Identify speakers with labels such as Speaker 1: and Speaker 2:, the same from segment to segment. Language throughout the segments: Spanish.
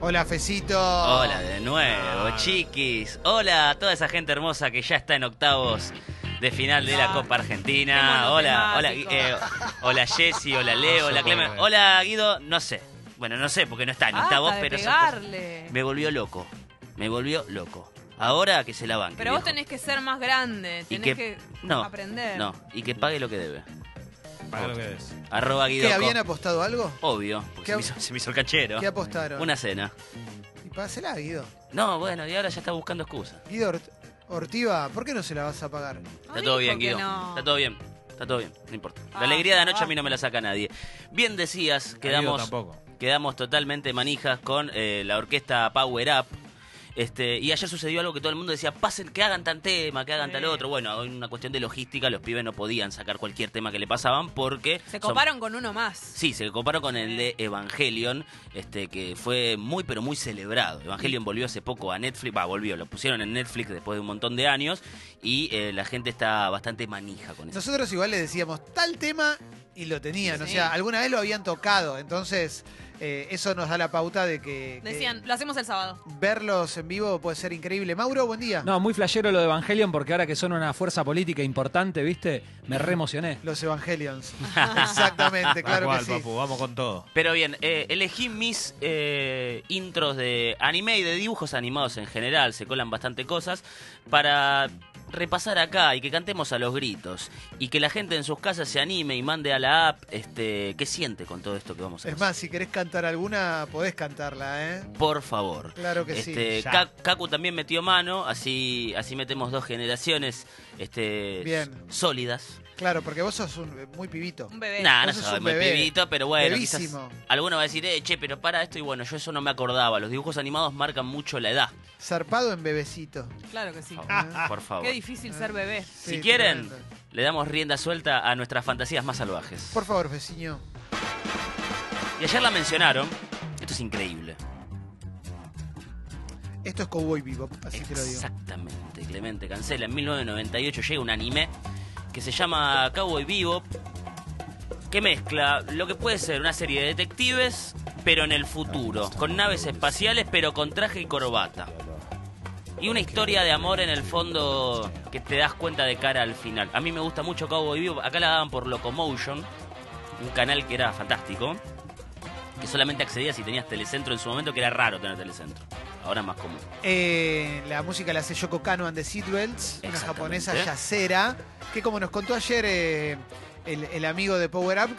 Speaker 1: Hola, Fecito. Ah.
Speaker 2: Hola de nuevo, chiquis. Hola a toda esa gente hermosa que ya está en octavos de final de la Copa Argentina.
Speaker 3: qué
Speaker 2: Hola, hola,
Speaker 3: monotemático.
Speaker 2: eh, hola Jessy, hola
Speaker 1: No
Speaker 2: Leo,
Speaker 1: se
Speaker 2: hola Clemen,
Speaker 1: puede.
Speaker 2: hola Guido, no sé. Bueno, no sé porque no está en
Speaker 3: Basta
Speaker 2: octavos,
Speaker 3: de
Speaker 2: pero son cosas-
Speaker 3: pegarle.
Speaker 2: me volvió loco. Me volvió loco. Ahora que se la banque.
Speaker 3: Pero vos
Speaker 2: viejo.
Speaker 3: tenés que ser más grande,
Speaker 2: Y
Speaker 3: tenés que,
Speaker 2: no,
Speaker 3: aprender.
Speaker 2: No, y que pague lo que debe.
Speaker 4: Para lo que es.
Speaker 2: Arroba
Speaker 1: ¿Qué,
Speaker 2: Guido.
Speaker 1: habían apostado algo?
Speaker 2: Obvio, porque
Speaker 1: ¿Qué
Speaker 2: se
Speaker 1: hab-
Speaker 2: me, hizo, se me hizo el canchero.
Speaker 1: ¿Qué apostaron?
Speaker 2: Una cena.
Speaker 1: Y pásela, Guido.
Speaker 2: No, bueno, y ahora ya está buscando excusas.
Speaker 1: Guido Ort- Ortiva, ¿por qué no se la vas a pagar?
Speaker 2: Está todo bien,
Speaker 3: que
Speaker 2: Guido.
Speaker 3: no.
Speaker 2: Está todo bien. Está todo bien, no importa. La
Speaker 3: Ah,
Speaker 2: alegría de la noche
Speaker 3: ah.
Speaker 2: a mí no me la saca nadie. Bien decías,
Speaker 4: Amigo,
Speaker 2: quedamos,
Speaker 4: tampoco.
Speaker 2: quedamos totalmente manijas con eh, la orquesta Power Up. Este, y ayer sucedió algo que todo el mundo decía, pasen, que hagan tan tema, que hagan
Speaker 3: Sí.
Speaker 2: tal otro. Bueno, en una cuestión de logística, los pibes no podían sacar cualquier tema que le pasaban porque...
Speaker 3: Se
Speaker 2: son-
Speaker 3: coparon con uno más.
Speaker 2: Sí, se comparó con el de Evangelion, este que fue muy pero muy celebrado. Evangelion volvió hace poco a Netflix, va, volvió, lo pusieron en Netflix después de un montón de años y eh, la gente está bastante manija con eso.
Speaker 1: Nosotros igual le decíamos tal tema y lo tenían. O
Speaker 3: Sí.
Speaker 1: sea, alguna vez lo habían tocado. Entonces, eh, eso nos da la pauta de que, que
Speaker 3: Decían, lo hacemos el sábado.
Speaker 1: verlos en vivo puede ser increíble. Mauro, buen día.
Speaker 4: No, muy flashero lo de Evangelion porque ahora que son una fuerza política importante, ¿viste? Me re emocioné.
Speaker 1: Los Evangelions. Exactamente,
Speaker 4: Tal
Speaker 1: claro que
Speaker 4: cual,
Speaker 1: sí.
Speaker 4: papu, vamos con todo.
Speaker 2: Pero bien, eh, elegí mis eh, intros de anime y de dibujos animados en general, se colan bastante cosas, para repasar acá y que cantemos a los gritos y que la gente en sus casas se anime y mande a la app este qué siente con todo esto que vamos a
Speaker 1: Es
Speaker 2: hacer.
Speaker 1: más, si querés cantar alguna, podés cantarla, ¿eh?
Speaker 2: Por favor.
Speaker 1: Claro que sí.
Speaker 2: Este,
Speaker 4: Ya.
Speaker 2: Ca- Cacu también metió mano, así, así metemos dos generaciones este,
Speaker 1: Bien.
Speaker 2: s- sólidas.
Speaker 1: Claro, porque vos sos un- muy pibito.
Speaker 3: Un bebé.
Speaker 2: Nah, no
Speaker 1: Vos sos
Speaker 2: soy
Speaker 1: un
Speaker 2: muy
Speaker 1: bebé.
Speaker 2: pibito, pero bueno, quizás
Speaker 1: Bebísimo.
Speaker 2: alguno va a decir, eh, che, pero para esto, y bueno, yo eso no me acordaba. Los dibujos animados marcan mucho la edad.
Speaker 1: Zarpado en bebecito.
Speaker 3: Claro que sí.
Speaker 2: Por favor, Por favor.
Speaker 3: Qué difícil ser bebé.
Speaker 2: Si
Speaker 1: Sí,
Speaker 2: quieren,
Speaker 1: tremendo.
Speaker 2: le damos rienda suelta a nuestras fantasías más salvajes.
Speaker 1: Por favor, vecino.
Speaker 2: Y ayer la mencionaron. Esto es increíble.
Speaker 1: Esto es Cowboy Bebop, así te lo digo.
Speaker 2: Exactamente, Clemente Cancela. En 1998 llega un anime que se llama Cowboy Bebop, que mezcla lo que puede ser una serie de detectives, pero en el futuro, con naves espaciales, pero con traje y corbata. Y una historia de amor en el fondo que te das cuenta de cara al final. A mí me gusta mucho Cowboy Bebop. Acá la daban por Locomotion, un canal que era fantástico, que solamente accedía si tenías telecentro en su momento, que era raro tener telecentro. Ahora es más común.
Speaker 1: Eh, la música la hace Yoko Kano and the Seatbelts, una
Speaker 2: Exactamente.
Speaker 1: japonesa yacera, que como nos contó ayer eh, el, el amigo de Power Up,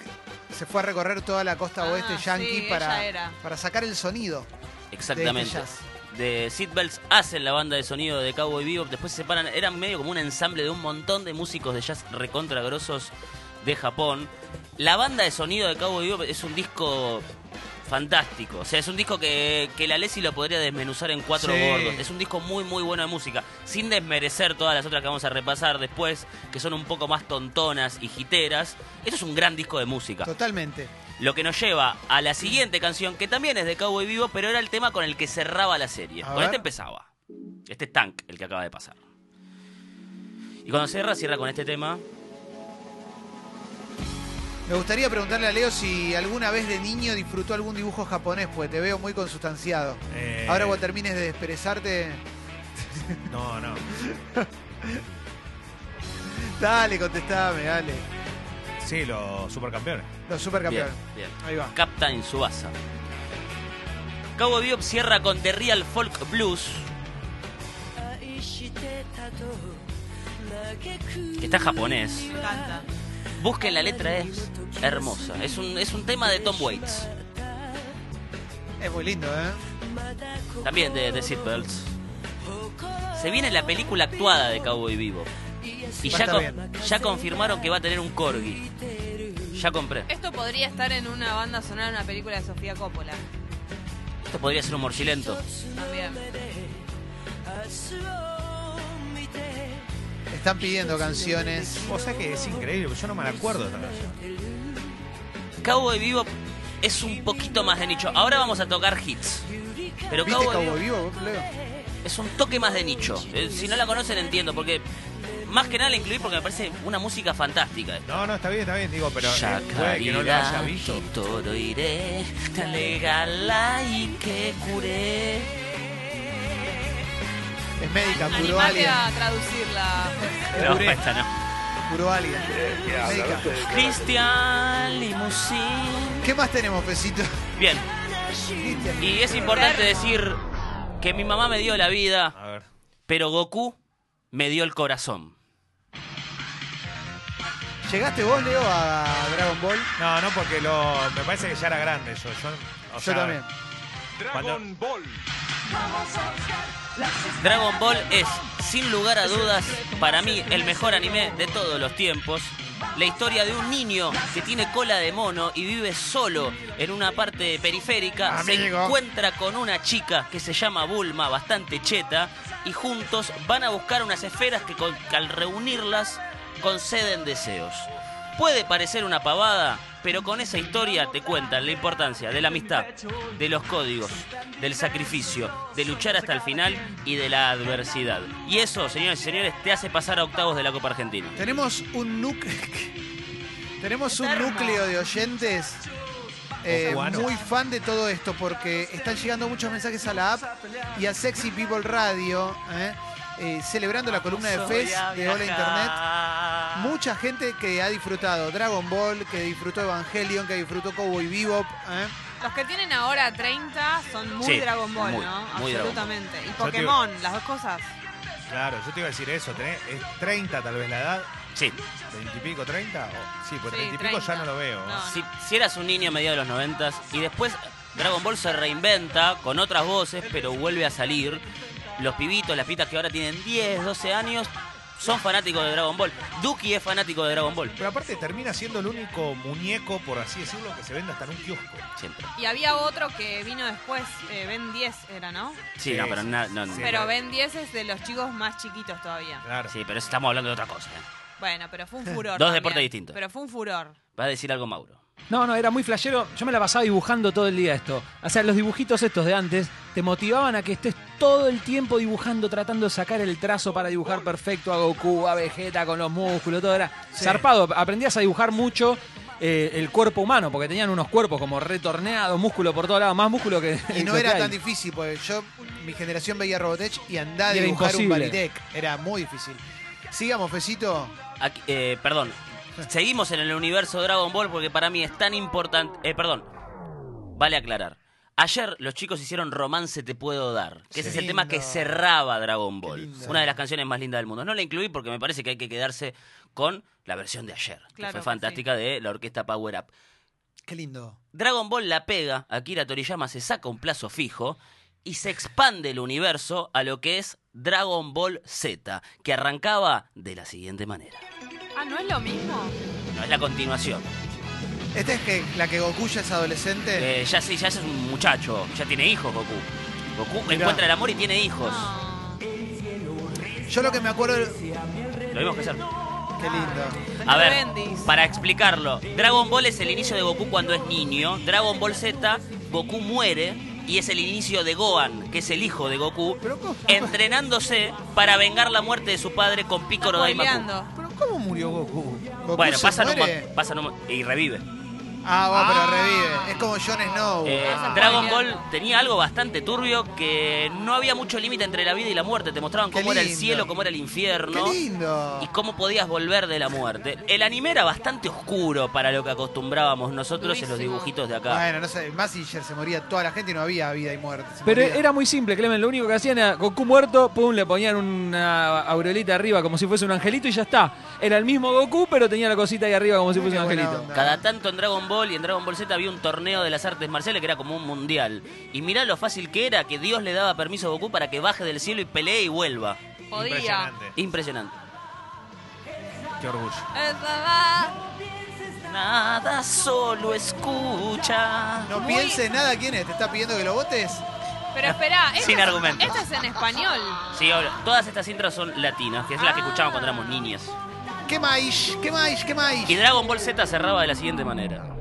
Speaker 1: se fue a recorrer toda la costa
Speaker 3: Ah,
Speaker 1: oeste este yankee
Speaker 3: sí, ella
Speaker 1: para,
Speaker 3: era.
Speaker 1: para sacar el sonido de este
Speaker 2: Exactamente.
Speaker 1: jazz.
Speaker 2: de Seatbelts hacen la banda de sonido de Cowboy Bebop, después se separan, eran medio como un ensamble de un montón de músicos de jazz recontra grosos de Japón. La banda de sonido de Cowboy Bebop es un disco fantástico, o sea, es un disco que, que la Lesi lo podría desmenuzar en cuatro
Speaker 1: Sí.
Speaker 2: gordos. Es un disco muy muy bueno de música, sin desmerecer todas las otras que vamos a repasar después, que son un poco más tontonas y jiteras. Esto es un gran disco de música.
Speaker 1: Totalmente.
Speaker 2: Lo que nos lleva a la siguiente canción, que también es de Cowboy Vivo, pero era el tema con el que cerraba la serie.
Speaker 1: A
Speaker 2: con
Speaker 1: ver.
Speaker 2: este empezaba. Este es Tank, el que acaba de pasar. Y cuando cierra, cierra con este tema.
Speaker 1: Me gustaría preguntarle a Leo si alguna vez de niño disfrutó algún dibujo japonés, pues te veo muy consustanciado.
Speaker 4: Eh,
Speaker 1: Ahora cuando termines de desperezarte,
Speaker 4: No, no.
Speaker 1: dale, contestame, dale.
Speaker 4: Sí, los supercampeones.
Speaker 1: Los supercampeones.
Speaker 2: Bien, bien.
Speaker 1: Ahí va.
Speaker 2: Captain Subasa. Cowboy Vivo cierra con The Real Folk Blues, que está en japonés.
Speaker 3: Me encanta.
Speaker 2: Busquen la letra, es hermosa. Es un, es un tema de Tom Waits,
Speaker 1: Es muy lindo, ¿eh?
Speaker 2: también de The Seatbelts. Se viene la película actuada de Cowboy Vivo. Y
Speaker 1: Va a
Speaker 2: ya,
Speaker 1: estar
Speaker 2: con-
Speaker 1: bien.
Speaker 2: ya confirmaron que va a tener un corgi. Ya compré.
Speaker 3: Esto podría estar en una banda sonora de una película de Sofía Coppola.
Speaker 2: Esto podría ser un morcilento.
Speaker 3: También.
Speaker 1: Están pidiendo canciones.
Speaker 4: O sea que es increíble, yo no me la acuerdo de esta canción.
Speaker 2: Cowboy Vivo es un poquito más de nicho. Ahora vamos a tocar hits. Pero
Speaker 1: ¿Viste
Speaker 2: Cowboy
Speaker 1: Cowboy
Speaker 2: Bebop
Speaker 1: Vivo, vos, Leo?
Speaker 2: es un toque más de nicho. Eh, Si no la conocen entiendo, porque más que nada la incluí porque me parece una música fantástica. esta.
Speaker 1: No, no, está bien, está bien, digo, pero eh, puede que no lo
Speaker 2: Chacarera,
Speaker 1: haya visto.
Speaker 2: todo iré, te alegala y que curé.
Speaker 1: Es médica, curó a
Speaker 3: Animate
Speaker 1: alguien.
Speaker 3: a traducirla.
Speaker 1: Es
Speaker 2: No,
Speaker 1: puré,
Speaker 2: esta no.
Speaker 1: curó a alguien. Médica.
Speaker 2: Cristian Limusín.
Speaker 1: ¿Qué más tenemos, Pesito?
Speaker 2: Bien, y es importante decir que mi mamá me dio la vida,
Speaker 1: A ver.
Speaker 2: pero Goku me dio el corazón.
Speaker 1: ¿Llegaste vos, Leo, a Dragon Ball?
Speaker 5: No, no, porque lo, me parece que ya era grande yo. Yo, o
Speaker 1: Yo
Speaker 5: sea,
Speaker 1: también.
Speaker 5: Dragon
Speaker 6: Ball.
Speaker 2: Dragon Ball es, sin lugar a dudas, para mí el mejor anime de todos los tiempos. La historia de un niño que tiene cola de mono y vive solo en una parte periférica.
Speaker 1: Amigo.
Speaker 2: Se encuentra con una chica que se llama Bulma, bastante cheta, y juntos van a buscar unas esferas que, con- que al reunirlas conceden deseos. Puede parecer una pavada, pero con esa historia te cuentan la importancia de la amistad, de los códigos, del sacrificio, de luchar hasta el final y de la adversidad. Y eso, señores y señores, te hace pasar a octavos de la Copa Argentina.
Speaker 1: Tenemos un núcleo. Tenemos un
Speaker 3: Está hermoso.
Speaker 1: núcleo de oyentes eh,
Speaker 5: cubanos.
Speaker 1: muy fan de todo esto porque están llegando muchos mensajes a la app y a Sexy People Radio, ¿eh? Eh, celebrando la columna de Fez de Hola Internet. Mucha gente que ha disfrutado Dragon Ball, que disfrutó Evangelion, que disfrutó Cowboy Bebop. ¿eh?
Speaker 3: Los que tienen ahora 30 son muy
Speaker 2: Sí,
Speaker 3: Dragon Ball,
Speaker 2: muy,
Speaker 3: ¿no?
Speaker 2: muy Dragon Ball.
Speaker 3: Absolutamente. Y
Speaker 5: te
Speaker 3: Pokémon, las dos cosas.
Speaker 5: Claro, yo te iba a decir eso. tenés- es 30 tal vez la edad.
Speaker 2: Sí,
Speaker 5: 20 y pico, 30. o- sí, pues
Speaker 3: Sí,
Speaker 5: 30 y pico ya
Speaker 3: 30.
Speaker 5: no lo veo.
Speaker 3: No.
Speaker 2: si, si eras un niño a mediados de los noventas y después Dragon Ball se reinventa con otras voces, pero vuelve a salir. Los pibitos, las pitas que ahora tienen 10, 12 años, son fanáticos de Dragon Ball. Duki es fanático de Dragon Ball.
Speaker 5: Pero aparte termina siendo el único muñeco, por así decirlo, que se vende hasta en un kiosco.
Speaker 2: Siempre.
Speaker 3: Y había otro que vino después, eh, Ben 10 era, ¿no?
Speaker 2: Sí,
Speaker 5: Sí,
Speaker 2: no, pero
Speaker 5: sí,
Speaker 2: na- no,
Speaker 5: sí.
Speaker 2: no.
Speaker 3: Pero Ben 10 es de los chicos más chiquitos todavía.
Speaker 5: Claro.
Speaker 2: Sí, pero estamos hablando de otra cosa. ¿eh?
Speaker 3: Bueno, pero fue un furor.
Speaker 2: Dos
Speaker 3: también.
Speaker 2: deportes distintos.
Speaker 3: Pero fue un furor.
Speaker 2: Va a decir algo Mauro.
Speaker 4: No, no, era muy flashero. Yo me la pasaba dibujando todo el día esto. O sea, los dibujitos estos de antes te motivaban a que estés todo el tiempo dibujando, tratando de sacar el trazo para dibujar perfecto a Goku, a Vegeta con los músculos, todo era zarpado. Aprendías a dibujar mucho eh, el cuerpo humano, porque tenían unos cuerpos como retorneados, músculo por todos lados, más músculo que.
Speaker 1: Y no
Speaker 4: que
Speaker 1: era
Speaker 4: hay.
Speaker 1: tan difícil, porque yo, mi generación veía Robotech y andaba a
Speaker 4: Y era
Speaker 1: dibujar un
Speaker 4: imposible.
Speaker 1: Baritec. Era muy difícil. Sigamos, Fecito.
Speaker 2: Aquí- eh, perdón. Seguimos en el universo Dragon Ball porque para mí es tan importante. Eh, perdón. Vale aclarar. Ayer los chicos hicieron Romance Te Puedo Dar, que ese es el
Speaker 1: lindo.
Speaker 2: tema que cerraba Dragon Ball.
Speaker 1: lindo.
Speaker 2: Una de las canciones más lindas del mundo. No la incluí porque me parece que hay que quedarse con la versión de ayer,
Speaker 3: Claro
Speaker 2: que
Speaker 3: que
Speaker 2: fue fantástica de la orquesta Power Up.
Speaker 1: Qué lindo.
Speaker 2: Dragon Ball la pega, Akira Toriyama se saca un plazo fijo y se expande el universo a lo que es Dragon Ball Z, que arrancaba de la siguiente manera.
Speaker 3: Ah, ¿no es lo mismo?
Speaker 2: No es la continuación.
Speaker 1: Esta es que, la que Goku ya es adolescente.
Speaker 2: Eh, ya, sí, ya es un muchacho, ya tiene hijos Goku. Goku
Speaker 1: Mirá.
Speaker 2: encuentra el amor y tiene hijos.
Speaker 3: No.
Speaker 1: Yo lo que me acuerdo.
Speaker 2: Lo vimos que hacer.
Speaker 1: Qué lindo.
Speaker 2: A ver,
Speaker 3: Bendis.
Speaker 2: para explicarlo, Dragon Ball es el inicio de Goku cuando es niño. Dragon Ball Z, Goku muere y es el inicio de Gohan, que es el hijo de Goku,
Speaker 1: Pero ¿cómo?
Speaker 2: entrenándose para vengar la muerte de su padre con Piccolo
Speaker 3: Está
Speaker 2: Daimaku.
Speaker 3: spoileando.
Speaker 1: Pero ¿cómo murió Goku? Goku
Speaker 2: Bueno,
Speaker 1: se
Speaker 2: pasan un,
Speaker 1: muere.
Speaker 2: mon- pasan un mon- y revive.
Speaker 1: Ah, vos, pero revive. Es como Jon Snow.
Speaker 2: Eh,
Speaker 3: Ah.
Speaker 2: Dragon Ball tenía algo bastante turbio que no había mucho límite entre la vida y la muerte. Te mostraban
Speaker 1: Qué
Speaker 2: cómo era el
Speaker 1: lindo.
Speaker 2: cielo, cómo era el infierno.
Speaker 1: Qué lindo.
Speaker 2: Y cómo podías volver de la muerte. El anime era bastante oscuro para lo que acostumbrábamos nosotros en los
Speaker 3: Durísimo.
Speaker 2: dibujitos de acá.
Speaker 1: Bueno, no sé, Massinger se moría toda la gente y no había vida y muerte. se
Speaker 4: Pero
Speaker 1: moría.
Speaker 4: era muy simple, Clemen. Lo único que hacían era Goku muerto, pum, le ponían una aureolita arriba como si fuese un angelito y ya está. Era el mismo Goku, pero tenía la cosita ahí arriba como si fuese
Speaker 1: Qué
Speaker 4: un
Speaker 1: buena
Speaker 4: angelito.
Speaker 1: onda.
Speaker 2: Cada tanto en Dragon Ball y en Dragon Ball Z había un torneo de las artes marciales que era como un mundial. Y mirá lo fácil que era que Dios le daba permiso a Goku para que baje del cielo y pelee y vuelva.
Speaker 3: Podía.
Speaker 5: Impresionante.
Speaker 2: Impresionante.
Speaker 5: Qué orgullo.
Speaker 3: Esa va.
Speaker 2: Nada, solo escucha.
Speaker 1: No
Speaker 3: muy-
Speaker 1: piense nada quién es. ¿Te está pidiendo que lo votes?
Speaker 3: Pero esperá, esta
Speaker 2: Sin
Speaker 3: es-
Speaker 2: argumentos.
Speaker 3: Esta es en español.
Speaker 2: Sí, ahora, todas estas intros son latinas, que es las que
Speaker 3: Ah.
Speaker 2: escuchábamos cuando éramos niñas.
Speaker 1: ¿Qué más? ¿Qué más? ¿Qué más?
Speaker 2: Y Dragon Ball Z cerraba de la siguiente manera.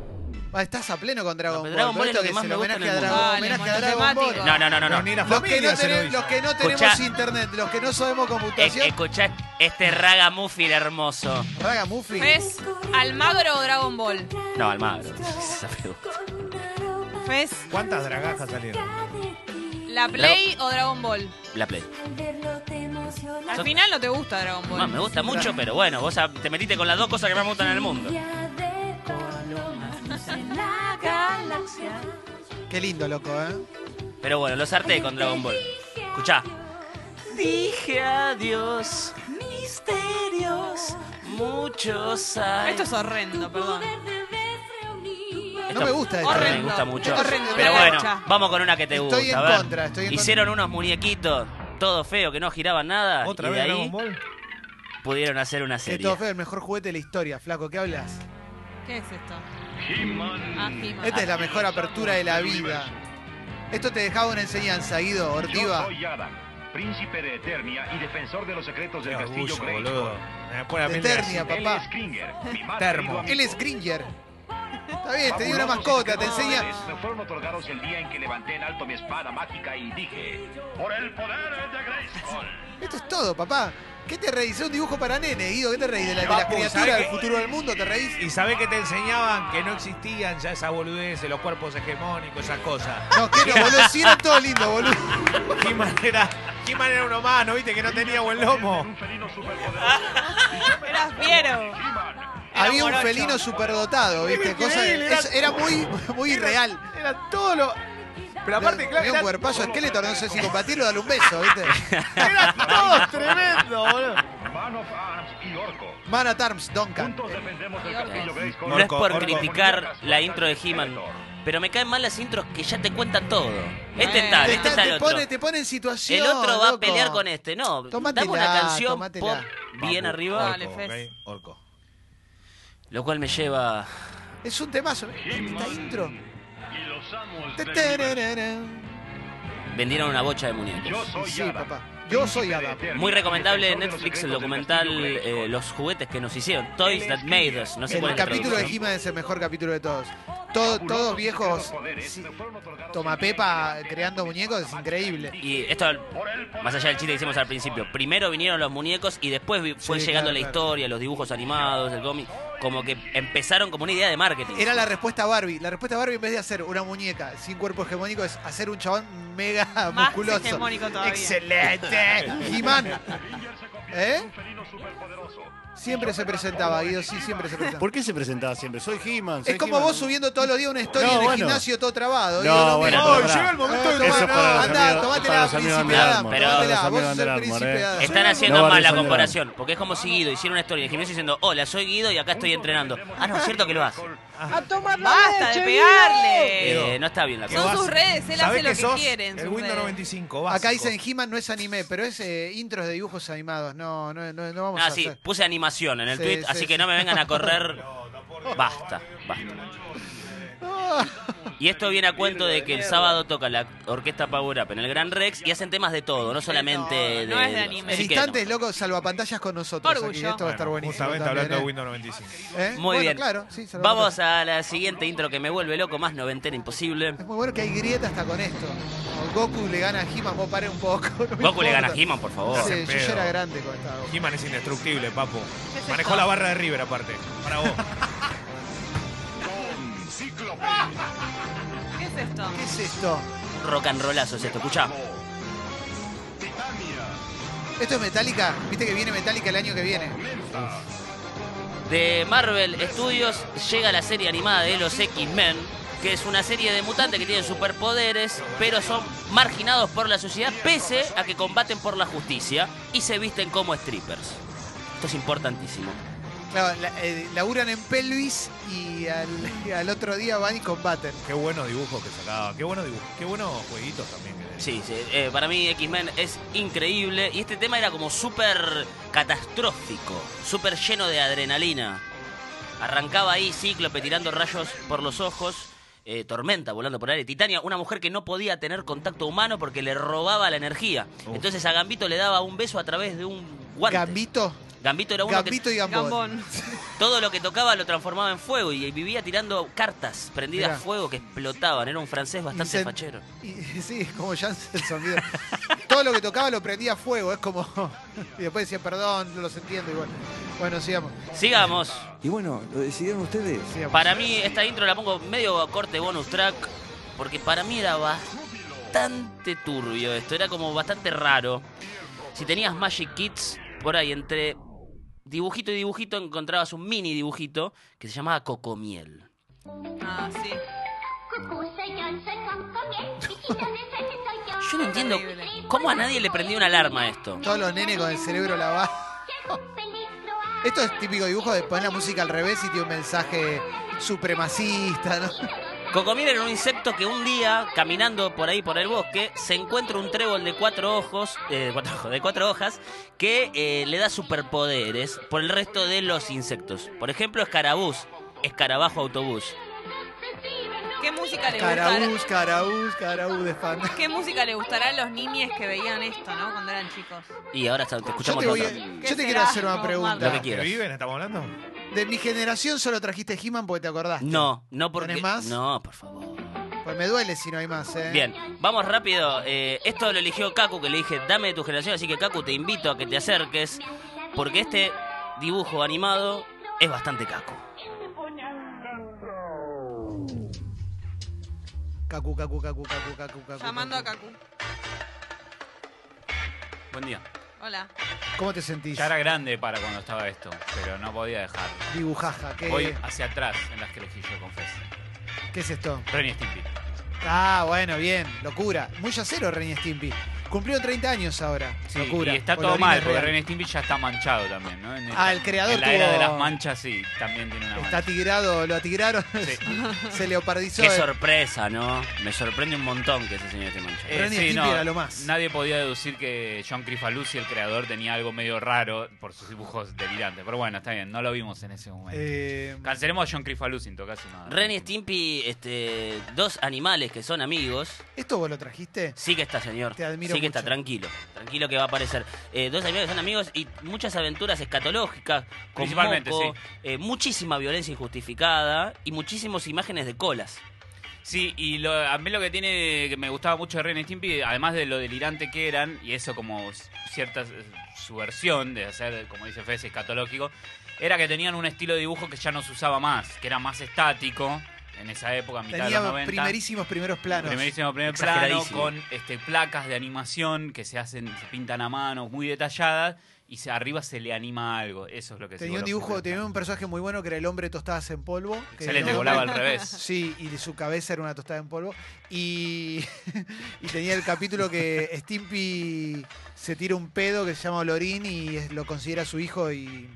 Speaker 1: Ah, estás a pleno con Dragon
Speaker 2: No,
Speaker 1: Ball.
Speaker 2: pero Dragon
Speaker 1: todo
Speaker 2: Ball es
Speaker 1: esto
Speaker 2: lo que más
Speaker 1: se
Speaker 2: me gusta
Speaker 1: homenaje
Speaker 2: en el
Speaker 1: a Dragon,
Speaker 2: mundo.
Speaker 3: Vale,
Speaker 1: homenaje a Dragon
Speaker 3: monotemático.
Speaker 1: Ball.
Speaker 2: No, no, no, no. no.
Speaker 5: Ni la
Speaker 1: Los que,
Speaker 5: familia
Speaker 1: no
Speaker 5: se lo
Speaker 1: tenemos,
Speaker 5: hizo.
Speaker 1: los que no tenemos
Speaker 2: Escuchá.
Speaker 1: internet, los que no sabemos
Speaker 2: Eh,
Speaker 1: computación,
Speaker 2: escuchá este raga muffin hermoso.
Speaker 1: Raga Muffin.
Speaker 3: ¿Fes Almagro o Dragon Ball?
Speaker 2: No, Almagro. Esa pregunta.
Speaker 3: ¿Fes
Speaker 5: ¿Cuántas dragajas salieron?
Speaker 3: la Play o Dragon Ball?
Speaker 2: La play.
Speaker 3: Al final no te gusta Dragon Ball.
Speaker 2: Más me gusta mucho, pero bueno, vos a- te metiste con las dos cosas que más me gustan en el mundo.
Speaker 1: Qué lindo, loco, ¿eh?
Speaker 2: Pero bueno, los harté Este con Dragon Ball. Escuchá. Dije adiós, misterios, muchos hay.
Speaker 3: Esto es horrendo, perdón.
Speaker 1: No me gusta esto.
Speaker 2: Me
Speaker 3: Horrendo.
Speaker 2: gusta mucho.
Speaker 3: Horrendo,
Speaker 2: Pero
Speaker 3: una
Speaker 2: bueno,
Speaker 3: garcha.
Speaker 2: vamos con una que te
Speaker 1: Estoy
Speaker 2: gusta.
Speaker 1: en
Speaker 2: a ver.
Speaker 1: contra, estoy en
Speaker 2: Hicieron unos muñequitos, todo feo, que no giraban nada.
Speaker 5: ¿Otra
Speaker 2: y
Speaker 5: vez
Speaker 2: de
Speaker 5: Dragon
Speaker 2: ahí
Speaker 5: Ball?
Speaker 2: pudieron hacer una
Speaker 1: Que
Speaker 2: serie.
Speaker 1: todo feo, el mejor juguete de la historia, flaco, ¿qué hablas?
Speaker 3: ¿Qué es esto? Ah, He-Man.
Speaker 2: Este
Speaker 1: Esta es la mejor apertura de la vida. Esto te dejaba una enseñanza, Guido,
Speaker 6: Yo
Speaker 1: Ortiva.
Speaker 6: soy Adam, príncipe de Eternia y defensor de los secretos
Speaker 5: Qué
Speaker 6: del castillo
Speaker 5: orgullo,
Speaker 6: Grey.
Speaker 5: boludo. Me pone a
Speaker 1: De
Speaker 5: Eh, pues, mil
Speaker 1: Eternia,
Speaker 5: gracias.
Speaker 1: papá.
Speaker 6: Él es Kringer, mi más
Speaker 5: Termo.
Speaker 6: querido amigo.
Speaker 1: Él es Gringer. Está bien, te dio
Speaker 6: Fabulosos
Speaker 1: una mascota, te
Speaker 6: secretos
Speaker 1: enseña.
Speaker 6: poderes Me fueron otorgados el día en que levanté en alto mi espada mágica y dije, por el poder de Grayskull.
Speaker 1: Esto es todo, papá. ¿Qué te reís? Es un dibujo para nene, Guido. ¿Qué te reís? ¿De, la, de las
Speaker 5: Papu,
Speaker 1: criaturas
Speaker 5: ¿sabes
Speaker 1: del
Speaker 5: qué?
Speaker 1: futuro del mundo te reís?
Speaker 5: Y sabés que te enseñaban que no existían ya esa boludez de los cuerpos hegemónicos, esas cosas.
Speaker 1: No, que no, boludo. Sí, era todo lindo, boludo.
Speaker 5: ¿Qué manera? ¿Qué manera uno más, no viste que no tenía buen lomo?
Speaker 6: Un felino superpoderoso.
Speaker 3: Eras fiero.
Speaker 1: Había un felino superdotado, ¿viste?
Speaker 5: Era
Speaker 1: Cosa,
Speaker 5: increíble, era-
Speaker 1: es- era muy, muy irreal.
Speaker 5: Era todo lo. Pero aparte, claro,
Speaker 1: Tenía un
Speaker 5: era,
Speaker 1: cuerpazo de esqueleto, no sé si combatirlo o darle un beso, ¿viste?
Speaker 5: era todo tremendo, boludo.
Speaker 6: Man of Arms y Orco.
Speaker 1: Man at Arms, Duncan.
Speaker 6: Juntos defendemos el castillo Grayskull.
Speaker 2: No es por
Speaker 5: Orco.
Speaker 2: criticar la intro de He-Man, pero me caen mal las intros que ya te cuentan todo. Este
Speaker 3: Bueno.
Speaker 2: está,
Speaker 1: Te, está-
Speaker 2: este está el
Speaker 1: te
Speaker 2: otro.
Speaker 1: pone, te pone en situación.
Speaker 2: El otro va a
Speaker 1: loco.
Speaker 2: pelear con este. No,
Speaker 1: Tomátela,
Speaker 2: dame una canción
Speaker 1: tomátela.
Speaker 2: pop bien
Speaker 5: Papu,
Speaker 2: arriba,
Speaker 3: Dale,
Speaker 5: orco,
Speaker 3: Fez.
Speaker 5: ok, orco.
Speaker 2: lo cual me lleva
Speaker 1: Es un temazo. Esta intro.
Speaker 6: Y los amos del universo.
Speaker 1: Ta-ta-ra-ra.
Speaker 2: vendieron una bocha de muñecos.
Speaker 6: Yo soy
Speaker 1: Sí,
Speaker 6: Adam,
Speaker 1: papá. Yo soy
Speaker 6: príncipe de
Speaker 1: Adam.
Speaker 6: Eternia,
Speaker 2: Muy recomendable
Speaker 6: defensor
Speaker 2: en
Speaker 6: de los
Speaker 2: Netflix el
Speaker 6: secretos del
Speaker 2: documental
Speaker 6: castillo Grayskull.
Speaker 2: eh, Los juguetes que nos hicieron, Toys That Made Us. No sé cuál
Speaker 1: El
Speaker 2: es la
Speaker 1: capítulo de
Speaker 2: traducción.
Speaker 1: He-Man es el mejor capítulo de todos. Todo- todos viejos. sí, Toma Pepa creando muñecos es increíble.
Speaker 2: Y esto, más allá del chiste que hicimos al principio, primero vinieron los muñecos y después vi- fue
Speaker 1: Sí,
Speaker 2: llegando
Speaker 1: claro,
Speaker 2: la
Speaker 1: claro.
Speaker 2: historia, los dibujos animados, el cómic, como que empezaron como una idea de marketing.
Speaker 1: Era la respuesta a Barbie. La respuesta a Barbie, en vez de hacer una muñeca sin cuerpo hegemónico, es hacer un chabón mega
Speaker 3: Más
Speaker 1: musculoso.
Speaker 3: hegemónico todavía.
Speaker 1: ¡Excelente! He-Man. ¿Eh? Siempre se presentaba, Guido, sí, siempre se presentaba.
Speaker 7: ¿Por qué se presentaba siempre? Soy He-Man. soy
Speaker 1: Es como
Speaker 7: He-Man.
Speaker 1: vos subiendo todos los días una historia
Speaker 7: No,
Speaker 1: en el
Speaker 7: bueno.
Speaker 1: gimnasio todo
Speaker 7: No,
Speaker 1: trabado. Guido, no,
Speaker 7: bueno,
Speaker 1: mira.
Speaker 7: pero
Speaker 5: ¡Oh,
Speaker 7: pará.
Speaker 5: llega el momento
Speaker 1: Eh,
Speaker 5: de
Speaker 1: tomá,
Speaker 7: Eso
Speaker 5: tomar
Speaker 7: es para
Speaker 1: no,
Speaker 7: los
Speaker 1: andá,
Speaker 7: amigos-
Speaker 1: tomate
Speaker 7: para
Speaker 1: la
Speaker 7: los amigos
Speaker 1: príncipe
Speaker 7: Under
Speaker 1: Adam,
Speaker 7: Armour.
Speaker 2: Pero-
Speaker 1: tomátela,
Speaker 7: Para los
Speaker 1: vos
Speaker 7: amigos
Speaker 1: sos
Speaker 7: Under
Speaker 1: el
Speaker 7: Armour,
Speaker 1: príncipe
Speaker 7: eh.
Speaker 1: Adam.
Speaker 2: Están haciendo
Speaker 7: No vale
Speaker 2: mal la
Speaker 7: salir
Speaker 2: comparación, porque es como si Guido hiciera una historia de gimnasio diciendo, hola, soy Guido y acá estoy entrenando. Ah, no, es cierto que lo hace.
Speaker 3: Basta de pegarle.
Speaker 2: Eh, no está bien la
Speaker 5: Que
Speaker 2: cosa.
Speaker 3: Son
Speaker 5: vas-
Speaker 3: sus redes, él
Speaker 5: ¿sabés
Speaker 3: hace lo que
Speaker 5: sos
Speaker 3: quiere en
Speaker 5: El
Speaker 3: sus
Speaker 5: Windows
Speaker 3: redes.
Speaker 5: 95, básico.
Speaker 1: Acá dicen He-Man no es anime, pero es eh, intros de dibujos animados. No, no, no, no vamos a
Speaker 2: Ah, sí,
Speaker 1: hacer.
Speaker 2: puse animación en el
Speaker 1: Sí,
Speaker 2: tweet,
Speaker 1: sí,
Speaker 2: así
Speaker 1: sí.
Speaker 2: que no me vengan a correr. Basta, basta. Y esto viene a cuento de que el sábado toca la orquesta Power Up en el Gran Rex y hacen temas de todo, no solamente de.
Speaker 3: no es de anime.
Speaker 1: En
Speaker 2: así que
Speaker 1: instantes, loco, salvapantallas con nosotros. aquí.
Speaker 3: Orgullo.
Speaker 1: Esto va a estar
Speaker 5: Bueno,
Speaker 1: buenísimo.
Speaker 5: Justamente
Speaker 1: también,
Speaker 5: hablando de
Speaker 1: ¿eh?
Speaker 5: Windows 95.
Speaker 1: ¿Eh?
Speaker 2: Muy
Speaker 1: Bueno,
Speaker 2: bien.
Speaker 1: claro, sí,
Speaker 2: Vamos
Speaker 1: salvapantallas.
Speaker 2: a la siguiente intro que me vuelve loco, más noventera imposible.
Speaker 1: Es muy bueno que hay grieta hasta con esto. Como Goku le gana a He-Man, vos pare un poco. no me
Speaker 2: Goku le gana a
Speaker 1: importa.
Speaker 2: He-Man, por favor.
Speaker 1: Sí,
Speaker 5: Hacen
Speaker 1: yo ya
Speaker 5: Oh, pedo.
Speaker 1: era grande con esta. Goku.
Speaker 5: He-Man es indestructible, papu.
Speaker 3: es
Speaker 5: Manejó
Speaker 3: esto?
Speaker 5: la barra de River, aparte. Para vos.
Speaker 3: ¿Qué es esto?
Speaker 1: ¿Qué es esto?
Speaker 2: Rock and rollazo es esto, escuchá.
Speaker 1: ¿Esto es Metallica? Viste que viene Metallica el año que viene.
Speaker 2: De Marvel Studios llega la serie animada de los X-Men, que es una serie de mutantes que tienen superpoderes, pero son marginados por la sociedad pese a que combaten por la justicia y se visten como strippers. Esto es importantísimo.
Speaker 1: Claro, la- eh, laburan en pelvis y al, y al otro día van y combaten.
Speaker 5: Qué buenos dibujos que sacaba. Qué buenos dibujos. Qué buenos jueguitos también. que tenía.
Speaker 2: Sí, sí, eh, para mí X-Men es increíble y este tema era como súper catastrófico, súper lleno de adrenalina. Arrancaba ahí Cíclope tirando rayos por los ojos, eh, Tormenta volando por el aire, Titania, una mujer que no podía tener contacto humano porque le robaba la energía. Entonces a Gambito le daba un beso a través de un guantes.
Speaker 1: Gambito.
Speaker 2: Gambito era uno
Speaker 1: Gambito
Speaker 2: que
Speaker 1: y Gambón.
Speaker 3: Gambón.
Speaker 2: todo lo que tocaba lo transformaba en fuego y vivía tirando cartas prendidas
Speaker 1: Mirá.
Speaker 2: a fuego que explotaban. Era un francés bastante
Speaker 1: Incen-
Speaker 2: fachero.
Speaker 1: Y- sí, es como Janssen mira. Todo lo que tocaba lo prendía a fuego, es como. Y después decía, perdón, no los entiendo. Y bueno, bueno, sigamos.
Speaker 2: Sigamos.
Speaker 8: Y bueno, lo decidieron ustedes.
Speaker 1: sigamos.
Speaker 2: Para mí, esta intro la pongo medio a corte bonus track, porque para mí era bastante turbio esto, era como bastante raro. Si tenías Magic Kids, por ahí entre dibujito y dibujito encontrabas un mini dibujito que se llamaba Cocomiel.
Speaker 3: Ah, sí.
Speaker 2: Yo no entiendo
Speaker 3: Horrible.
Speaker 2: cómo a nadie le prendió una alarma a esto.
Speaker 1: Todos los nenes con el cerebro lavado. Esto es típico dibujo de poner la música al revés y tiene un mensaje supremacista, ¿no?
Speaker 2: Cocomil era un insecto que un día, caminando por ahí por el bosque, se encuentra un trébol de cuatro ojos, eh, de cuatro ojos, de cuatro hojas, que eh, le da superpoderes por el resto de los insectos. Por ejemplo, escarabús, escarabajo autobús.
Speaker 3: ¿Qué música le
Speaker 1: Caraúz,
Speaker 3: gustará?
Speaker 1: caraúz, caraúz de fan.
Speaker 3: ¿Qué música le gustará a los niñes que veían esto, no? Cuando eran chicos.
Speaker 2: Y ahora está- te
Speaker 1: Yo
Speaker 2: escuchamos
Speaker 1: te, voy a-
Speaker 2: otra.
Speaker 1: yo te
Speaker 3: ¿Qué
Speaker 1: quiero
Speaker 3: será?
Speaker 1: hacer una
Speaker 3: No,
Speaker 1: pregunta.
Speaker 2: Lo que quieras.
Speaker 5: viven? ¿Estamos hablando?
Speaker 1: De mi generación solo trajiste He-Man porque te acordaste.
Speaker 2: No, no porque.
Speaker 1: ¿Tenés más?
Speaker 2: No, por favor.
Speaker 1: Pues me duele si no hay más, ¿eh?
Speaker 2: Bien, vamos rápido. Eh, esto lo eligió Kaku, que le dije, dame de tu generación, así que Kaku te invito a que te acerques, porque este dibujo animado es bastante Kaku.
Speaker 1: Cacu, cacu, cacu, cacu, cacu, cacu.
Speaker 3: Llamando a
Speaker 1: cacu.
Speaker 3: Kaku.
Speaker 9: Buen día.
Speaker 3: Hola.
Speaker 1: ¿Cómo te sentís?
Speaker 9: Ya era grande para cuando estaba esto, pero no podía dejarlo.
Speaker 1: Dibujaja, ¿qué,
Speaker 9: Voy hacia atrás en las que elegí yo, confieso.
Speaker 1: ¿qué es esto?
Speaker 9: Ren y Stimpy.
Speaker 1: Ah, bueno, bien, locura. Muy yacero Ren y Stimpy. Cumplió 30 años ahora.
Speaker 9: Sí,
Speaker 1: locura.
Speaker 9: y está todo
Speaker 1: Colorina
Speaker 9: mal, porque
Speaker 1: real.
Speaker 9: Ren y Stimpy ya está manchado también, ¿no? En
Speaker 1: Ah, el creador
Speaker 9: En la era de
Speaker 1: tuvo-
Speaker 9: las manchas, sí, también tiene una
Speaker 1: Está
Speaker 9: mancha.
Speaker 1: tigrado, lo atigraron,
Speaker 9: Sí.
Speaker 1: se leopardizó.
Speaker 2: Qué sorpresa, ¿no? Me sorprende un montón que ese señor esté manchado.
Speaker 1: Ren y Stimpy era lo más.
Speaker 9: Eh, Nadie podía deducir que John Crifalusi, el creador, tenía algo medio raro por sus dibujos delirantes. Pero bueno, está bien, no lo vimos en ese momento.
Speaker 1: Eh,
Speaker 9: Cancelemos a John Crifalusi en todo caso. no.
Speaker 2: Ren y Stimpy, este, dos animales que son amigos.
Speaker 1: ¿Esto vos lo trajiste?
Speaker 2: Sí que está, señor.
Speaker 1: Te admiro
Speaker 2: sí que está,
Speaker 1: mucho.
Speaker 2: tranquilo. Tranquilo que va a aparecer. Eh, dos animales que son amigos y muchas aventuras escatológicas. Con
Speaker 9: Principalmente,
Speaker 2: moco,
Speaker 9: sí.
Speaker 2: eh, muchísima violencia injustificada y muchísimas imágenes de colas.
Speaker 9: Sí, y lo, a mí lo que tiene que me gustaba mucho de Ren y Stimpy, además de lo delirante que eran, y eso como s- cierta eh, subversión de hacer, como dice Fez, escatológico, era que tenían un estilo de dibujo que ya no se usaba más, que era más estático en esa época, mitad de los
Speaker 1: Tenía
Speaker 9: 90.
Speaker 1: primerísimos primeros planos.
Speaker 9: Primerísimo primer plano
Speaker 2: Exageradísimo.
Speaker 9: con este, placas de animación que se hacen, se pintan a mano, muy detalladas, y se, arriba se le anima algo. Eso es lo que se
Speaker 1: Tenía un
Speaker 9: voló
Speaker 1: dibujo,
Speaker 9: primero.
Speaker 1: tenía un personaje muy bueno que era el hombre tostadas en polvo. que
Speaker 9: Excelente,
Speaker 1: no-
Speaker 9: volaba al revés.
Speaker 1: Sí, y su cabeza era una tostada en polvo. Y, y tenía el capítulo que Stimpy se tira un pedo que se llama Olorín y es- lo considera su hijo y.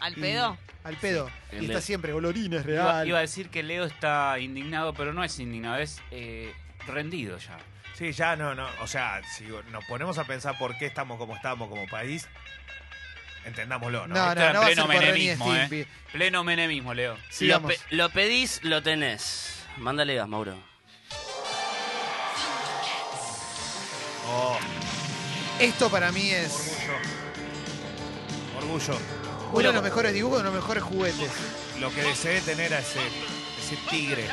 Speaker 3: ¿Al
Speaker 1: y-
Speaker 3: pedo?
Speaker 1: al pedo.
Speaker 2: el
Speaker 1: y
Speaker 2: de-
Speaker 1: está siempre, Olorín es real.
Speaker 9: Iba, iba a decir que Leo está indignado, pero no es indignado, es eh, rendido ya.
Speaker 5: Sí, ya no, no. O sea, si nos ponemos a pensar por qué estamos como estamos como país, entendámoslo, ¿no?
Speaker 1: no,
Speaker 9: esto
Speaker 1: no,
Speaker 9: era
Speaker 1: no va a
Speaker 9: pleno
Speaker 1: ser por Ren y
Speaker 9: menemismo, eh.
Speaker 1: Stimpy.
Speaker 9: Pleno menemismo, Leo.
Speaker 2: Lo,
Speaker 1: Sigamos.
Speaker 2: pe- lo pedís, lo tenés. Mándale gas, Mauro.
Speaker 5: Oh,
Speaker 1: Esto para mí es
Speaker 5: orgullo. Orgullo.
Speaker 1: uno de los mejores dibujos, uno de los mejores juguetes.
Speaker 5: Lo que deseé tener a ese, ese tigre.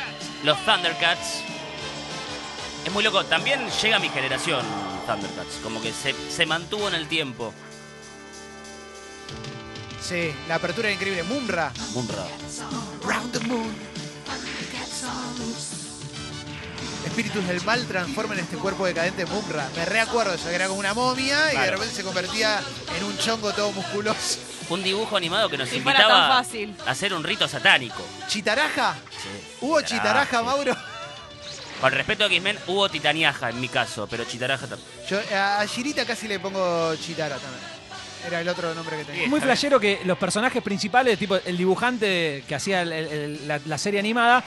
Speaker 2: Los Thundercats. Es muy loco. También llega a mi generación, Thundercats. Como que se, se mantuvo en el tiempo.
Speaker 1: Sí, la apertura era increíble. Mumra.
Speaker 2: Munra.
Speaker 1: Round the moon. Espíritus del mal transforman este cuerpo decadente en Mumra. Me reacuerdo eso, que era como una momia y de
Speaker 9: Claro.
Speaker 1: repente se convertía en un chongo todo musculoso.
Speaker 2: Un dibujo animado que nos
Speaker 3: Si fuera
Speaker 2: invitaba
Speaker 3: tan fácil.
Speaker 2: a hacer un rito satánico.
Speaker 1: ¿Chitaraja? ¿Hubo chitaraja, Mauro?
Speaker 2: Con respecto a X-Men, hubo titaniaja en mi caso, pero chitaraja también.
Speaker 1: Yo a a Girita casi le pongo chitara también. Era el otro nombre que tenía.
Speaker 9: Bien.
Speaker 4: Muy
Speaker 9: Está bien.
Speaker 4: flashero que los personajes principales, tipo el dibujante que hacía el- el- el- la, la serie animada,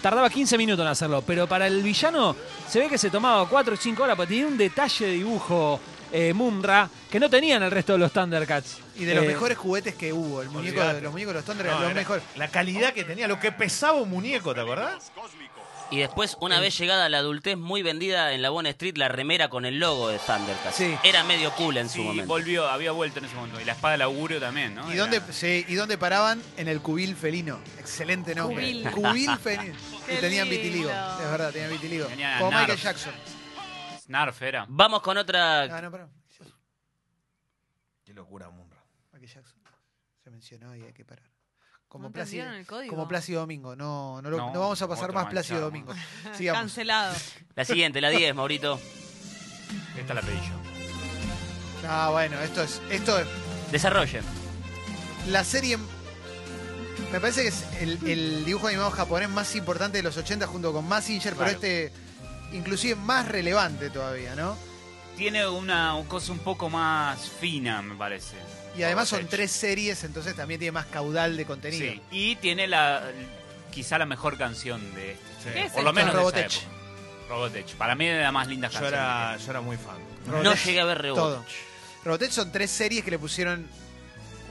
Speaker 4: tardaba 15 minutos en hacerlo, pero para el villano se ve que se tomaba 4 o 5 horas, porque tenía un detalle de dibujo eh, Mumra que no tenían el resto de los Thundercats.
Speaker 1: Y de los
Speaker 4: Eh,
Speaker 1: mejores juguetes que hubo, el muñeco,
Speaker 5: olvidate.
Speaker 1: los muñecos de los Thunder,
Speaker 5: No,
Speaker 1: los
Speaker 5: era-
Speaker 1: mejores.
Speaker 5: La calidad que tenía, lo que pesaba un muñeco, ¿te acordás?
Speaker 2: Y después, una vez llegada a la adultez, muy vendida en la Bond Street, la remera con el logo de Thundercats.
Speaker 1: Sí.
Speaker 2: Era medio cool en su
Speaker 9: Sí,
Speaker 2: momento.
Speaker 9: volvió, había vuelto en ese momento. Y la espada del augurio también, ¿no?
Speaker 1: ¿Y
Speaker 9: Era-
Speaker 1: dónde, sí, ¿Y dónde paraban? En el cubil felino. Excelente nombre.
Speaker 3: Cubil.
Speaker 1: felino.
Speaker 3: Qué
Speaker 1: y tenían
Speaker 3: lindo.
Speaker 1: vitiligo. Es verdad, tenían vitiligo.
Speaker 9: Tenían
Speaker 1: Como Michael
Speaker 9: Narf.
Speaker 1: Jackson.
Speaker 9: Snarf era.
Speaker 2: Vamos con
Speaker 1: No,
Speaker 2: otra.
Speaker 1: no, pará.
Speaker 5: Qué locura, Munra.
Speaker 1: Michael Jackson. Se mencionó y hay que parar. Como,
Speaker 3: ¿No
Speaker 1: Plácido,
Speaker 3: entendieron el código?
Speaker 1: como Plácido Domingo. No, no, lo-
Speaker 9: No,
Speaker 1: no vamos a pasar
Speaker 9: otro
Speaker 1: más
Speaker 9: mal,
Speaker 1: Plácido
Speaker 9: ya.
Speaker 1: Domingo. Sigamos.
Speaker 3: Cancelado.
Speaker 2: La siguiente, la 10, Maurito.
Speaker 9: Esta la pedí yo.
Speaker 1: Ah, bueno, esto es, esto es
Speaker 2: Desarrolle.
Speaker 1: la serie. Me parece que es el, el dibujo animado japonés más importante de los 80 junto con Massinger,
Speaker 9: Claro.
Speaker 1: pero este inclusive más relevante todavía, ¿no?
Speaker 9: Tiene una cosa un poco más fina, me parece.
Speaker 1: Y además son
Speaker 9: Por los hechos.
Speaker 1: tres series, entonces también tiene más caudal de contenido.
Speaker 9: Sí. Y tiene la quizá la mejor canción de este.
Speaker 5: Sí.
Speaker 3: ¿Qué es
Speaker 9: Por lo
Speaker 3: esto?
Speaker 9: menos de
Speaker 1: Robotech.
Speaker 9: esa época. Robotech. Para mí es de las más lindas
Speaker 5: Yo
Speaker 9: canciones.
Speaker 5: era, yo era muy fan.
Speaker 2: No
Speaker 1: Robotech,
Speaker 2: llegué a ver
Speaker 1: todo.
Speaker 2: rebote.
Speaker 1: Robotech son tres series que le pusieron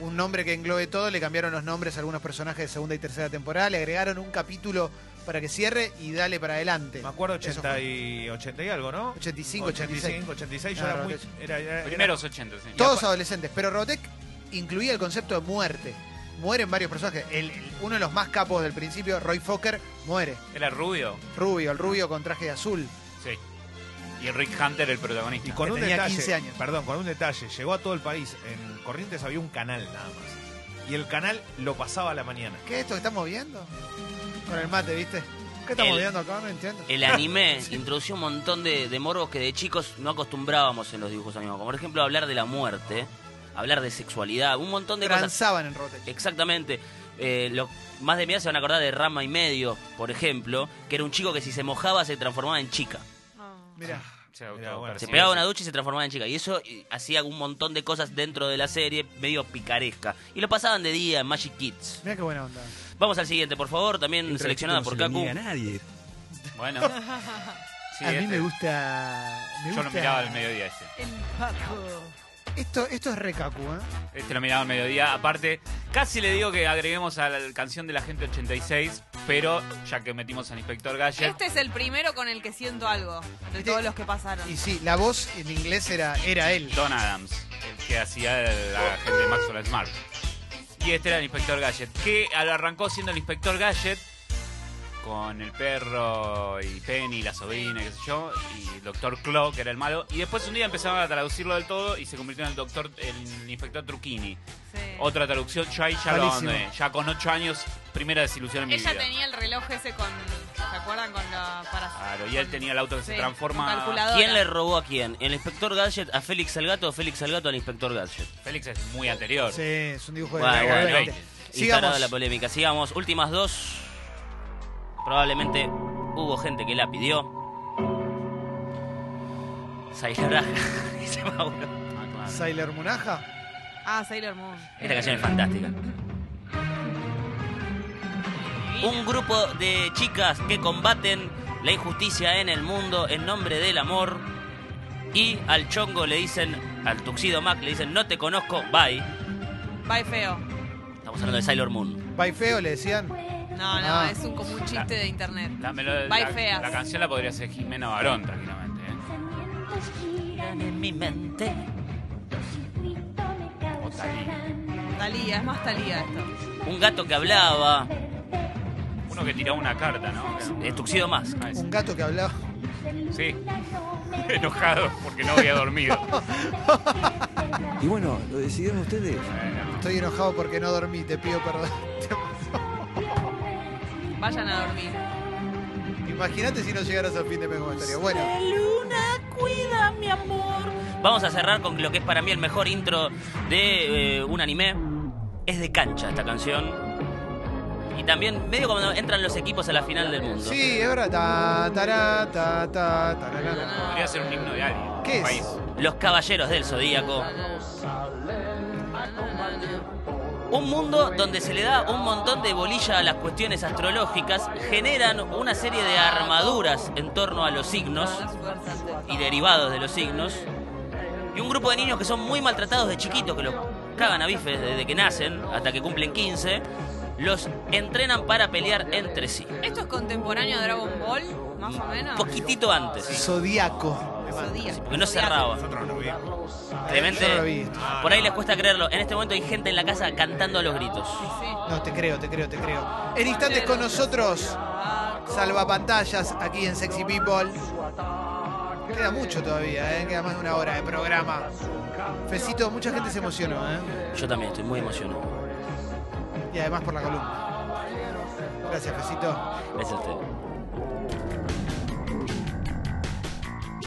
Speaker 1: un nombre que englobe todo, le cambiaron los nombres a algunos personajes de segunda y tercera temporada, le agregaron un capítulo para que cierre y dale para adelante.
Speaker 5: Me acuerdo
Speaker 1: Eso
Speaker 5: 80
Speaker 1: fue.
Speaker 5: y, 80 y algo, ¿no?
Speaker 1: 85, 86.
Speaker 5: 85, 86. Yo
Speaker 1: Ah,
Speaker 5: era muy.
Speaker 1: Robotech.
Speaker 5: Era, era- era-
Speaker 9: Primeros 80, sí.
Speaker 1: Todos adolescentes, pero Robotech incluía el concepto de muerte. Mueren varios personajes. El- el- uno de los más capos del principio, Roy Fokker, muere.
Speaker 9: Era rubio.
Speaker 1: Rubio, el rubio con traje de azul.
Speaker 9: Sí. Y Rick Hunter el protagonista.
Speaker 5: Y
Speaker 1: Ah,
Speaker 5: con
Speaker 1: que
Speaker 5: un
Speaker 1: tenía
Speaker 5: detalle,
Speaker 1: 15 años.
Speaker 5: perdón, con un detalle, llegó a todo el país. En Corrientes había un canal nada más. Y el canal lo pasaba a la mañana.
Speaker 1: ¿Qué es esto que estamos viendo? Con el mate, ¿viste? ¿Qué estamos
Speaker 2: El-
Speaker 1: viendo acá? No entiendo.
Speaker 2: El anime introdució un montón de, de morbos que de chicos no acostumbrábamos en los dibujos animados. Como por ejemplo hablar de la muerte, hablar de sexualidad, un montón de cosas.
Speaker 1: Transaban en Robotech.
Speaker 2: Exactamente. Eh, lo- más de mí se van a acordar de Rama y Medio, por ejemplo, que era un chico que si se mojaba se transformaba en chica.
Speaker 3: No.
Speaker 1: Mirá.
Speaker 9: Se,
Speaker 5: Mirá, bueno.
Speaker 2: Se
Speaker 5: Sí,
Speaker 2: pegaba una ducha y se transformaba en chica. Y eso eh, hacía un montón de cosas dentro de la serie medio picaresca. Y lo pasaban de día en Magic Kids.
Speaker 1: Mirá qué buena onda.
Speaker 2: Vamos al siguiente, por favor, también seleccionada por Kaku.
Speaker 5: ¿eh?
Speaker 8: nadie.
Speaker 9: Bueno. Sí,
Speaker 1: a mí
Speaker 9: este.
Speaker 1: me gusta. me
Speaker 9: Yo lo
Speaker 1: gusta-
Speaker 9: miraba al mediodía este.
Speaker 3: El Paco.
Speaker 1: Esto, esto es recacu, ¿eh?
Speaker 9: Este lo miraba al mediodía. Aparte, casi le digo que agreguemos a la canción de la gente 86, pero ya que metimos al inspector Gadget.
Speaker 3: Este es el primero con el que siento algo. De todos los que pasaron.
Speaker 1: Este Y sí, la voz en inglés era, era él.
Speaker 9: Don Adams, el que hacía la gente de Maxwell Smart. Y este era el inspector Gadget, que al- arrancó siendo el inspector Gadget con el perro y Penny, la sobrina, qué sé yo, y el doctor Claw, que era el malo. Y después un día empezaron a traducirlo del todo y se convirtió en el doctor, el inspector Trucchini.
Speaker 3: Sí.
Speaker 9: Otra traducción, yo ahí ya lo
Speaker 1: Malísimo.
Speaker 9: abandoné. Ya con ocho años, primera desilusión en mi
Speaker 3: Ella
Speaker 9: vida.
Speaker 3: tenía el reloj ese con. ¿Se acuerdan? Con la. Para,
Speaker 9: Claro, y él
Speaker 3: con-
Speaker 9: tenía el auto que se
Speaker 3: sí,
Speaker 9: transforma-
Speaker 3: con calculadora.
Speaker 2: ¿Quién le robó a quién? ¿El inspector Gadget a Félix el gato o Félix el gato al inspector Gadget?
Speaker 9: Félix es muy anterior.
Speaker 1: Sí, es un dibujo de
Speaker 2: Bueno,
Speaker 1: recacu,
Speaker 9: bueno,
Speaker 1: obviamente.
Speaker 9: ahí.
Speaker 2: Y parada
Speaker 1: Sigamos.
Speaker 2: la polémica. Sigamos. Últimas dos. Probablemente hubo gente que la pidió. Sayaraj, dice Mauro.
Speaker 9: Ah, claro.
Speaker 1: Sailor Munaja.
Speaker 3: Ah, Sailor Moon.
Speaker 2: Esta canción es fantástica. Un grupo de chicas que combaten la injusticia en el mundo en nombre del amor. Y al chongo le dicen, al tuxido Mac le dicen, no te conozco, bye.
Speaker 3: Bye feo.
Speaker 2: Estamos hablando de Sailor Moon.
Speaker 1: By feo le decían.
Speaker 3: No, no,
Speaker 1: Ah.
Speaker 3: es un, como un chiste de internet.
Speaker 9: La, melo-
Speaker 3: Bye,
Speaker 9: la-
Speaker 3: feas.
Speaker 9: la canción la podría hacer Jimena Barón tranquilamente. ¿eh?
Speaker 2: en mi mente.
Speaker 9: O Talía.
Speaker 3: Talía, es más Talía esto.
Speaker 2: Un gato que hablaba.
Speaker 9: Uno que tiraba una carta, ¿no?
Speaker 2: Eh, Tuxedo Mask.
Speaker 9: Ah, ese.
Speaker 1: Un gato que hablaba.
Speaker 9: Sí. Enojado porque no había dormido.
Speaker 8: Y bueno, lo decidieron ustedes.
Speaker 9: Bueno,
Speaker 1: Estoy enojado porque no dormí, te pido perdón.
Speaker 3: Vayan a dormir.
Speaker 1: Imagínate si no llegaras al fin de mes como estaría. Bueno,
Speaker 2: Vamos a cerrar con lo que es para mí el mejor intro de eh, un anime. Es de cancha esta canción. Y también medio cuando entran los equipos a la final del mundo.
Speaker 1: sí, es verdad. Ta, tará, ta, ta, tararara.
Speaker 9: podría ser un himno de alguien.
Speaker 1: ¿Qué
Speaker 9: un
Speaker 1: es?
Speaker 9: País.
Speaker 2: Los caballeros del zodíaco. Un mundo donde se le da un montón de bolilla a las cuestiones astrológicas, generan una serie de armaduras en torno a los signos y derivados de los signos. Y un grupo de niños que son muy maltratados de chiquitos, que los cagan a bifes desde que nacen hasta que cumplen 15. los entrenan para pelear entre sí.
Speaker 3: ¿Esto es contemporáneo a Dragon Ball? Más o menos.
Speaker 2: Poquitito antes,
Speaker 1: Zodíaco.
Speaker 3: Zodíaco.
Speaker 2: porque no cerraba.
Speaker 5: Nosotros lo vimos.
Speaker 2: Clemente,
Speaker 1: Yo no lo vi esto.
Speaker 2: por ahí les cuesta creerlo. En este momento hay gente en la casa cantando a los gritos.
Speaker 3: Sí.
Speaker 1: No, te creo, te creo, te creo. En instantes con nosotros, salvapantallas aquí en Sexy People. Queda mucho todavía, ¿eh? queda más de una hora de programa. Fecito, mucha gente se emocionó, ¿eh?
Speaker 2: Yo también estoy muy emocionado.
Speaker 1: y además por la columna. Gracias, Fecito.
Speaker 2: Gracias a ustedes.